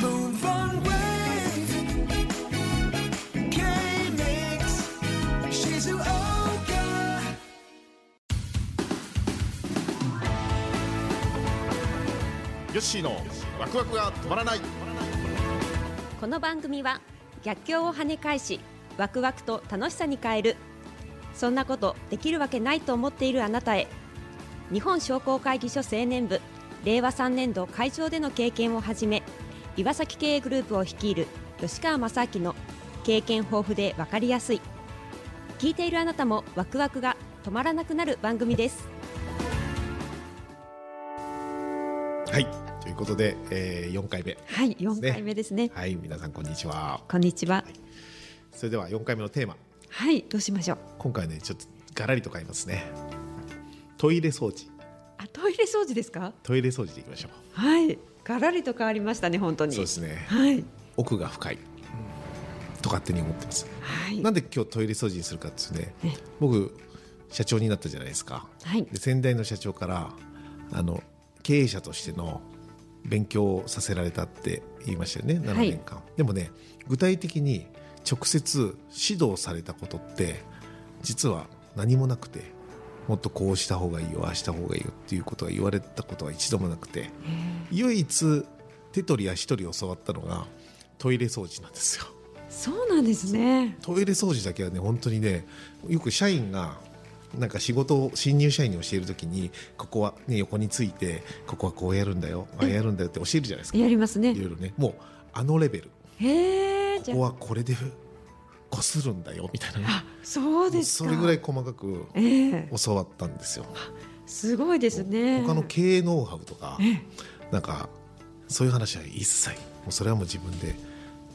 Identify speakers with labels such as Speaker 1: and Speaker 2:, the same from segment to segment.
Speaker 1: Move on wave K-Mix 静岡
Speaker 2: ヨッシーのワクワクが止まらない
Speaker 3: この番組は逆境を跳ね返しワクワクと楽しさに変えるそんなことできるわけないと思っているあなたへ日本商工会議所青年部令和3年度会場での経験をはじめ岩崎経営グループを率いる吉川正明の経験豊富でわかりやすい聞いているあなたもワクワクが止まらなくなる番組です
Speaker 2: はいということで、えー、4回目
Speaker 3: はい4回目ですね
Speaker 2: はい皆さんこんにちは
Speaker 3: こんにちは
Speaker 2: それでは4回目のテーマ
Speaker 3: はいどうしましょう
Speaker 2: 今回ねちょっとガラリと変えますねトイレ掃除
Speaker 3: あトイレ掃除ですか
Speaker 2: トイレ掃除でいきましょう
Speaker 3: はいガラリと変わりましたね本当に
Speaker 2: そうですね
Speaker 3: はい
Speaker 2: 奥が深いと勝手に思ってます
Speaker 3: はい
Speaker 2: なんで今日トイレ掃除にするかっていうね
Speaker 3: ね
Speaker 2: 僕社長になったじゃないですか、
Speaker 3: はい
Speaker 2: で先代の社長からあの経営者としての勉強をさせられたって言いましたよね7
Speaker 3: はい
Speaker 2: 年間、でもね具体的に直接指導されたことって実は何もなくてもっとこうした方がいいよああした方がいいよっていうことが言われたことは一度もなくて唯一手取り足取り教わったのがトイレ掃除なんですよ。
Speaker 3: そうなんですね
Speaker 2: トイレ掃除だけはね本当にねよく社員がなんか仕事を新入社員に教えるときにここは、ね、横についてここはこうやるんだよああやるんだよって教えるじゃないですか
Speaker 3: やります
Speaker 2: いろ
Speaker 3: ね
Speaker 2: いろねもうあのレベル
Speaker 3: へえ
Speaker 2: こ
Speaker 3: じゃ
Speaker 2: こ
Speaker 3: あ
Speaker 2: はこれでこするんだよみたいなね
Speaker 3: あそうです
Speaker 2: そ
Speaker 3: か
Speaker 2: れぐらい細かく
Speaker 3: ええ
Speaker 2: 教わったんですよ。
Speaker 3: すごいですね
Speaker 2: 他の経営ノウハウとか、
Speaker 3: え
Speaker 2: なんかそういう話は一切もうそれはもう自分で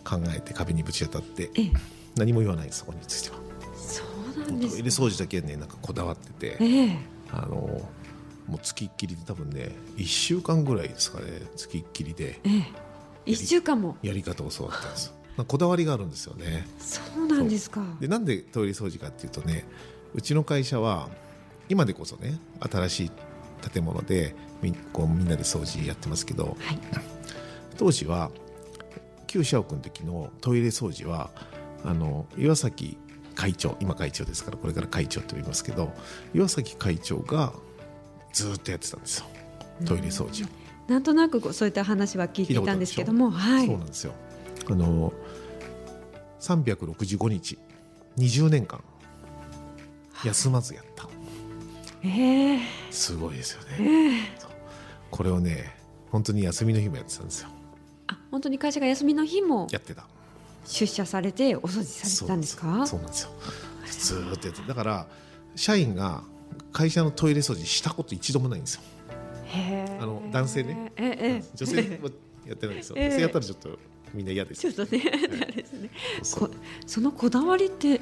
Speaker 2: 考えて壁にぶち当たって
Speaker 3: ええ
Speaker 2: 何も言わないですそこについては。
Speaker 3: そうな
Speaker 2: ト
Speaker 3: んです
Speaker 2: イレ掃除だけはねなんかこだわってて
Speaker 3: ええ
Speaker 2: あのもう付きっきりで多分ね1週間ぐらいですかね付きっきりで
Speaker 3: ええ一週間も
Speaker 2: やり方を教わったんですよなんかこだわりがあるんですよね
Speaker 3: そうなんですか
Speaker 2: でなんでトイレ掃除かっていうとねうちの会社は今でこそね新しい建物でみこうみんなで掃除やってますけど
Speaker 3: はい
Speaker 2: 当時は旧社屋の時のトイレ掃除はあの岩崎会長今会長ですからこれから会長と言いますけど岩崎会長がずっとやってたんですよトイレ掃除を
Speaker 3: なんとなくこうそういった話は聞いていたんですけどもはい
Speaker 2: そうなんですよあの365日20年間休まずやった
Speaker 3: ええ
Speaker 2: すごいですよね、そうこれをね本当に休みの日もやってたんですよ
Speaker 3: あ本当に会社が休みの日も
Speaker 2: やってた
Speaker 3: 出社されてお掃除されてたんですか
Speaker 2: そうなんですよずーっとやってだから社員が会社のトイレ掃除したこと一度もないんですよ
Speaker 3: へえ
Speaker 2: あの男性ね
Speaker 3: ええええ
Speaker 2: 女性はやってないんですよ
Speaker 3: ええ
Speaker 2: 女性やったらちょっとみんな嫌です
Speaker 3: ちょ
Speaker 2: よ
Speaker 3: っとね、あれですね。
Speaker 2: そう
Speaker 3: こそのこだわりって、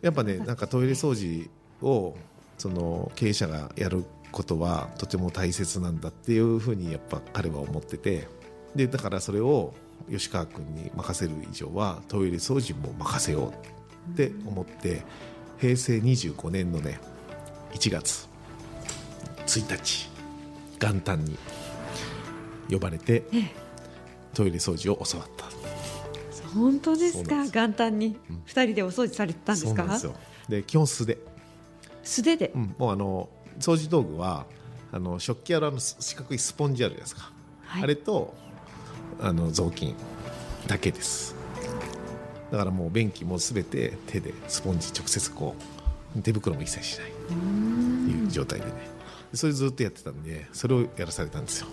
Speaker 2: やっぱねなんかトイレ掃除をその経営者がやることはとても大切なんだっていうふうにやっぱ彼は思っててでだからそれを吉川君に任せる以上はトイレ掃除も任せようって思って平成25年のね1月1日元旦に呼ばれて
Speaker 3: ええ
Speaker 2: トイレ掃除を教わった
Speaker 3: 本当です
Speaker 2: そうな
Speaker 3: か
Speaker 2: んです
Speaker 3: 元旦に二人でお掃除されてたんで
Speaker 2: そう
Speaker 3: す
Speaker 2: なんで
Speaker 3: か
Speaker 2: すよで基本素手
Speaker 3: 素手で、
Speaker 2: うん、もうあの掃除道具はあの食器洗うのす四角いスポンジあるじゃないですか、
Speaker 3: はい
Speaker 2: あれとあの雑巾だけですだからもう便器もすべて手でスポンジ直接こう手袋も一切しないっていう状態でねでそれずっとやってたんでそれをやらされたんですよ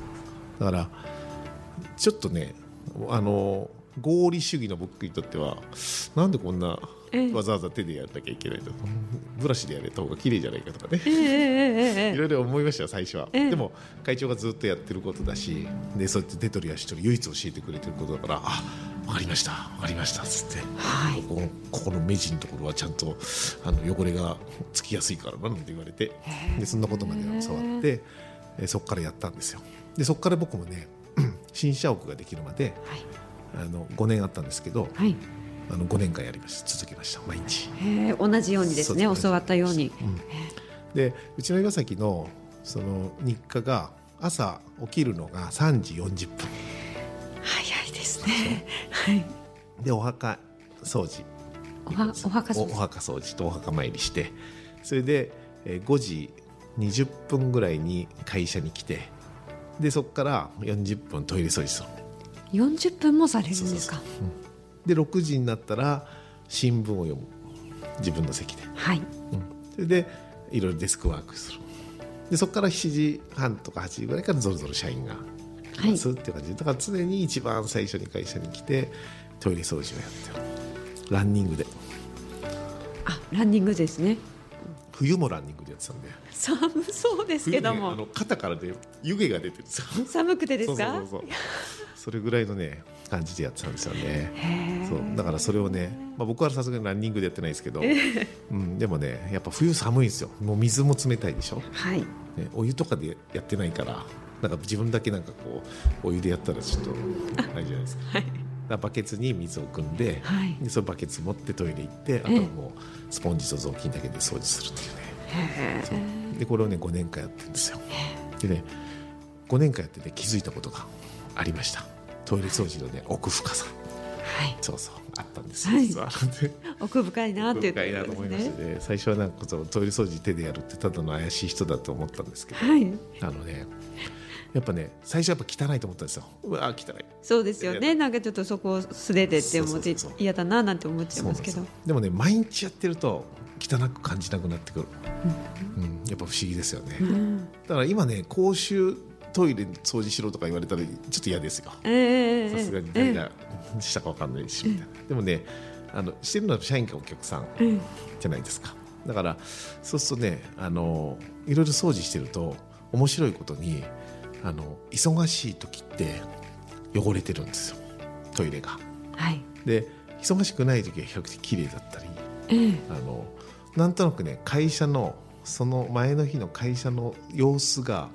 Speaker 2: だからちょっとねあの合理主義の僕にとってはなんでこんな
Speaker 3: ええ
Speaker 2: わざわざ手でやらなきゃいけないとか、ブラシでやれた方が綺麗じゃないかとかね
Speaker 3: えええええ
Speaker 2: い
Speaker 3: え
Speaker 2: ろいろ思いましたよ最初は、
Speaker 3: ええ
Speaker 2: でも会長がずっとやってることだしでそうやって手取り足取り唯一教えてくれてることだからあ分かりました分かりましたっつって
Speaker 3: はい
Speaker 2: ここのここの目地のところはちゃんとあの汚れがつきやすいからななんて言われてでそんなことまで教わってえそこからやったんですよでそこから僕もね 新社屋ができるまで
Speaker 3: はい
Speaker 2: あの5年あったんですけど、
Speaker 3: はい
Speaker 2: あの5年間やりました続けました毎日。
Speaker 3: へえ同じようにですね
Speaker 2: そうです
Speaker 3: 教わったように、
Speaker 2: でうちの岩崎のその日課が朝起きるのが3時40分
Speaker 3: 早いではい。
Speaker 2: でお墓掃除
Speaker 3: おはお墓
Speaker 2: お
Speaker 3: 掃
Speaker 2: お
Speaker 3: 除。
Speaker 2: 墓掃除とお墓参りしてそれでえー5時20分ぐらいに会社に来てでそこから40分トイレ掃除する
Speaker 3: 四十分もされるんです
Speaker 2: そう
Speaker 3: か。
Speaker 2: で6時になったら新聞を読む自分の席で、
Speaker 3: はい。
Speaker 2: うんそれでいろいろデスクワークするでそこから7時半とか8時ぐらいからぞろぞろ社員が来ますっていう感じで、だから常に一番最初に会社に来てトイレ掃除をやってるランニングで
Speaker 3: あ、ランニングですね。
Speaker 2: 冬もランニングでやってたんで
Speaker 3: 寒そうですけ
Speaker 2: 冬ね
Speaker 3: ど
Speaker 2: あ
Speaker 3: も。
Speaker 2: の肩からで湯気が出てるんですよ
Speaker 3: 寒くてですか。
Speaker 2: そうそうそうそうそれぐらいのね感じでやってたんですよね
Speaker 3: へー
Speaker 2: そうだからそれをね、まあ、僕はさすがにランニングでやってないですけど、うん、でもねやっぱ冬寒いんですよもう水も冷たいでしょ、
Speaker 3: はい。
Speaker 2: ね、お湯とかでやってないからなんか自分だけなんかこうお湯でやったらちょっとあれじゃないですか,、だからバケツに水を汲んで,、
Speaker 3: はい
Speaker 2: でそのバケツ持ってトイレ行ってあとはもうスポンジと雑巾だけで掃除するっていうね
Speaker 3: へー
Speaker 2: でこれをね5年間やってるんですよでね5年間やってて気づいたことがありましたトイレ掃除のね奥深さ
Speaker 3: はい。
Speaker 2: そうそうあったんですよ、
Speaker 3: はい
Speaker 2: 実はで
Speaker 3: 奥深いなっていう
Speaker 2: 奥深いなと思いましたね最初はなんかそのトイレ掃除手でやるってただの怪しい人だと思ったんですけど
Speaker 3: はい。
Speaker 2: あのねやっぱね最初はやっぱ汚いと思ったんですようわー汚い
Speaker 3: そうですよね。なんかちょっとそこ素手でって思って
Speaker 2: そうそうそうそう
Speaker 3: 嫌だななんて思っちゃい
Speaker 2: そうな
Speaker 3: ま
Speaker 2: ん
Speaker 3: す
Speaker 2: で
Speaker 3: け
Speaker 2: す
Speaker 3: ど
Speaker 2: よ。でもね毎日やってると汚く感じなくなってくる、うんやっぱ不思議ですよね、だから今ね公衆トイレ掃除しろとか言われたらちょっと嫌ですよ
Speaker 3: ええええ
Speaker 2: さすがに誰がしたかわかんないしみたいな、でもねあのしてるのは社員かお客さん
Speaker 3: ええ
Speaker 2: じゃないですかだからそうするとねあのいろいろ掃除してると面白いことにあの忙しい時って汚れてるんですよトイレが。
Speaker 3: はい。
Speaker 2: で忙しくない時は比較的綺麗だったり
Speaker 3: ええ
Speaker 2: あのなんとなくね会社のその前の日の会社の様子が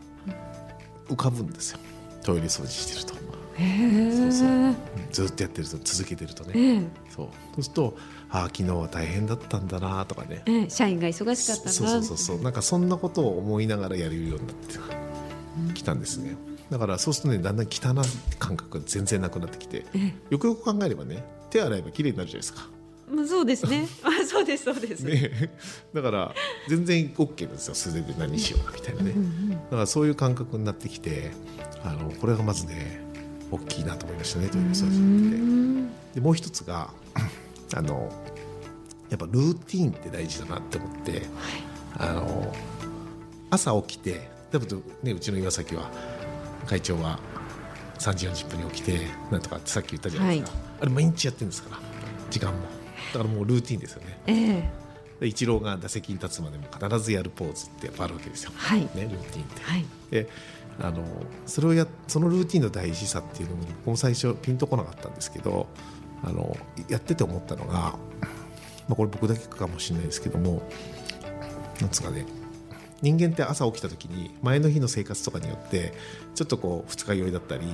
Speaker 2: 浮かぶんですよトイレ掃除してると
Speaker 3: へえ
Speaker 2: そうそううんずっとやってると続けてると
Speaker 3: ええ
Speaker 2: ねそうそうするとああ昨日は大変だったんだなとかね
Speaker 3: ええ社員が忙しかったな。
Speaker 2: そうそうそうそうなんかそんなことを思いながらやれるようになってきたんですねだからそうするとねだんだん汚い感覚が全然なくなってきてよくよく考えればね手洗えば綺麗になるじゃないですか
Speaker 3: まあそうです ね。あそうですそうです。
Speaker 2: ね、 だから全然 OK なんですよ素手で何しようかみたいなねだからそういう感覚になってきてあのこれがまずね大きいなと思いましたねトイレ掃除にってでもう一つが あのやっぱルーティーンって大事だなって思って、あの朝起きて多分ねうちの岩崎は会長は3時40分に起きてなんとかってさっき言ったじゃないですか、あれ毎日やってるんですから時間もだからもうルーティーンですよね
Speaker 3: ええ
Speaker 2: でイチローが打席に立つまでも必ずやるポーズってやっぱあるわけですよ、
Speaker 3: はい
Speaker 2: ね、ルーティンって。
Speaker 3: はい。
Speaker 2: であのそれをやそのルーティンの大事さっていうのも僕も最初ピンとこなかったんですけどあのやってて思ったのが、まあ、これ僕だけかもしれないですけどもなんつうかね人間って朝起きた時に前の日の生活とかによってちょっとこう二日酔いだったり、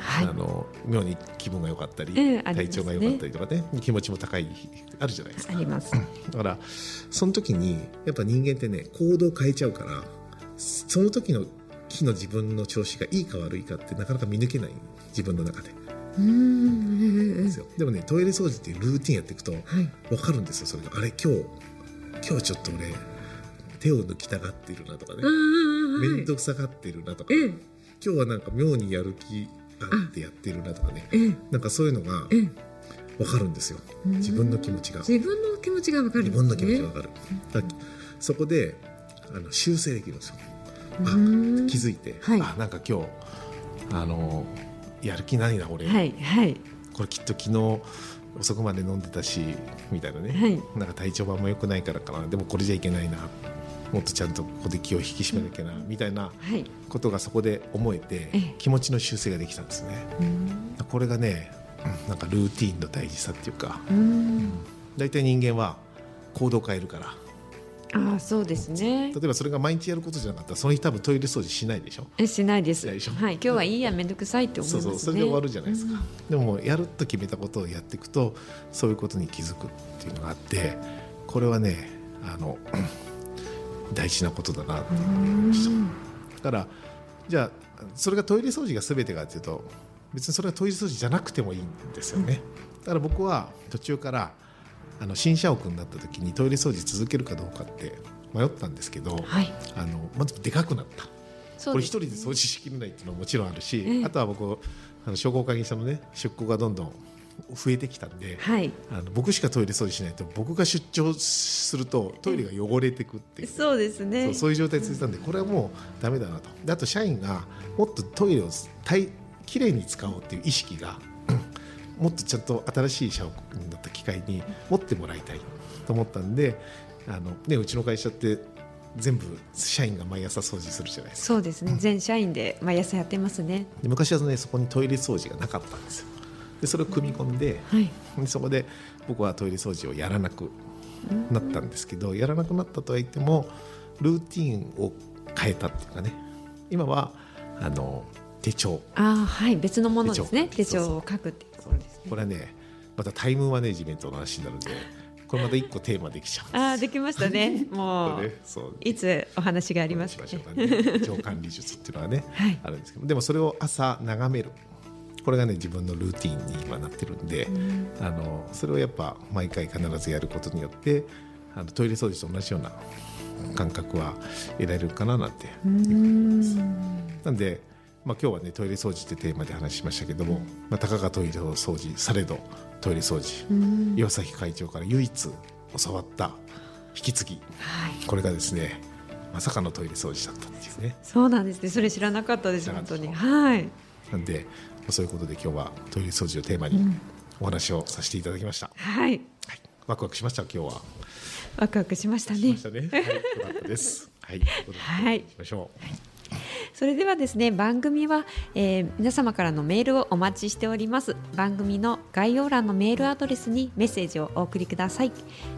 Speaker 3: はい
Speaker 2: あの妙に気分が良かったり、
Speaker 3: ええありますね
Speaker 2: 体調が良かったりとかね気持ちも高い日あるじゃないですか
Speaker 3: あります。
Speaker 2: だからその時にやっぱ人間ってね行動変えちゃうからその時の日の自分の調子がいいか悪いかってなかなか見抜けない自分の中で
Speaker 3: うん。
Speaker 2: ですよでもねトイレ掃除っていうルーティンやっていくと分かるんですよそれがあれ今日今日ちょっと俺手を抜きたがってるなとかね面倒くさがってるなとか、今日はなんか妙にやる気があってやってるなとかね、なんかそういうのが分かるんですよ自分の気持ちが。
Speaker 3: 自分の気持ちがわかるんで
Speaker 2: 自
Speaker 3: す
Speaker 2: 分
Speaker 3: ね。
Speaker 2: の気持ちがわかる、だからそこであの修正できるんですよあ気づいて、
Speaker 3: はい
Speaker 2: あなんか今日あのやる気ないな俺、
Speaker 3: はいはい
Speaker 2: これきっと昨日遅くまで飲んでたしみたいなね、
Speaker 3: はい
Speaker 2: なんか体調もあんま良くないからかなでもこれじゃいけないなもっとちゃんとここで気を引き締めなきゃな、みたいな
Speaker 3: はい。
Speaker 2: ことがそこで思え
Speaker 3: え
Speaker 2: て、
Speaker 3: え
Speaker 2: 気持ちの修正ができたんですね、これがねなんかルーティンの大事さっていうか、
Speaker 3: うん。
Speaker 2: 大体人間は行動を変えるから
Speaker 3: ああそうですね。
Speaker 2: 例えばそれが毎日やることじゃなかったらその日多分トイレ掃除しないでしょ
Speaker 3: えしないで
Speaker 2: し
Speaker 3: す。
Speaker 2: な
Speaker 3: はい
Speaker 2: でしょ
Speaker 3: い今日はいいやめんどくさいって思い
Speaker 2: そ
Speaker 3: ま
Speaker 2: う
Speaker 3: す
Speaker 2: そ
Speaker 3: ね。
Speaker 2: うそれで終わるじゃないですか、でももうやると決めたことをやっていくとそういうことに気づくっていうのがあってこれはねあの大事なことだなって思いましただからじゃあそれがトイレ掃除が全てかっていうと別にそれはトイレ掃除じゃなくてもいいんですよねだから僕は途中からあの新社屋になった時にトイレ掃除続けるかどうかって迷ったんですけど、
Speaker 3: はい
Speaker 2: あのまずでかくなった、
Speaker 3: そう
Speaker 2: これ
Speaker 3: で
Speaker 2: 一
Speaker 3: す
Speaker 2: 人で掃除しきれないっていうのはもちろんあるし、
Speaker 3: ええ
Speaker 2: あとは僕あの商工会議所のね出向がどんどん増えてきたんで、
Speaker 3: はい
Speaker 2: あの僕しかトイレ掃除しないと僕が出張するとトイレが汚れてくっていう
Speaker 3: そうですね
Speaker 2: そうそういう状態続いてたんでこれはもうダメだなとであと社員がもっとトイレをたいきれいに使おうっていう意識がうんもっとちゃんと新しい社屋になった機会に持ってもらいたいと思ったんであの、ね、うちの会社って全部社員が毎朝掃除するじゃないですか
Speaker 3: そうですね全社員で毎朝やってますね
Speaker 2: で昔はねそこにトイレ掃除がなかったんですよでそれを組み込んで
Speaker 3: はい
Speaker 2: でそこで僕はトイレ掃除をやらなくなったんですけどやらなくなったとは言ってもルーティンを変えたっていうかね今はあの手帳
Speaker 3: あーはい別のものですね手
Speaker 2: 手帳
Speaker 3: 帳を書くっていうところですね
Speaker 2: これはねまたタイムマネジメントの話になるのでこれまた一個テーマできちゃうんです
Speaker 3: ああできました ねも
Speaker 2: これ
Speaker 3: う
Speaker 2: ねそう
Speaker 3: いつお話があります
Speaker 2: し
Speaker 3: か
Speaker 2: ま
Speaker 3: ね
Speaker 2: しょうかね情管理術っていうのはね、
Speaker 3: はい
Speaker 2: あるんですけどでもそれを朝眺めるこれがね自分のルーティンに今なってるんで、あのそれをやっぱ毎回必ずやることによってあのトイレ掃除と同じような感覚は得られるかななんてなんで、まあ、今日はねトイレ掃除ってテーマで話しましたけども、まあ、たかがトイレを掃除されどトイレ掃除、岩崎会長から唯一教わった引き継ぎ
Speaker 3: はい
Speaker 2: これがですねまさかのトイレ掃除だったっていうね
Speaker 3: そうなんですねそれ知らなかったで
Speaker 2: 知
Speaker 3: す
Speaker 2: らな
Speaker 3: 本
Speaker 2: かった
Speaker 3: 当
Speaker 2: でし
Speaker 3: に
Speaker 2: ょ
Speaker 3: はい
Speaker 2: なんでまあそういうことで今日はトイレ掃除をテーマにお話をさせていただきました、
Speaker 3: はい
Speaker 2: はい、ワクワクしました今日は
Speaker 3: ワクワクしました
Speaker 2: し
Speaker 3: ね
Speaker 2: ましたねはいよかったですはいということで
Speaker 3: はい
Speaker 2: 行きましょう
Speaker 3: それではですね番組は、えー皆様からのメールをお待ちしております番組の概要欄のメールアドレスにメッセージをお送りください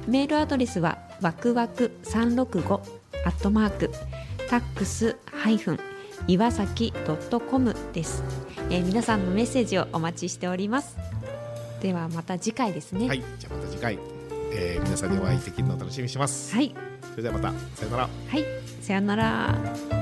Speaker 3: メールアドレスはわくわく365アットマークタックスハイフン岩崎ドットコムです、えー皆さんのメッセージをお待ちしておりますではまた次回ですね
Speaker 2: はいじゃあまた次回、えー皆さんにお会いできるのを楽しみにしてます、
Speaker 3: はい、
Speaker 2: それではまたさようなら
Speaker 3: はい、さよなら
Speaker 2: 「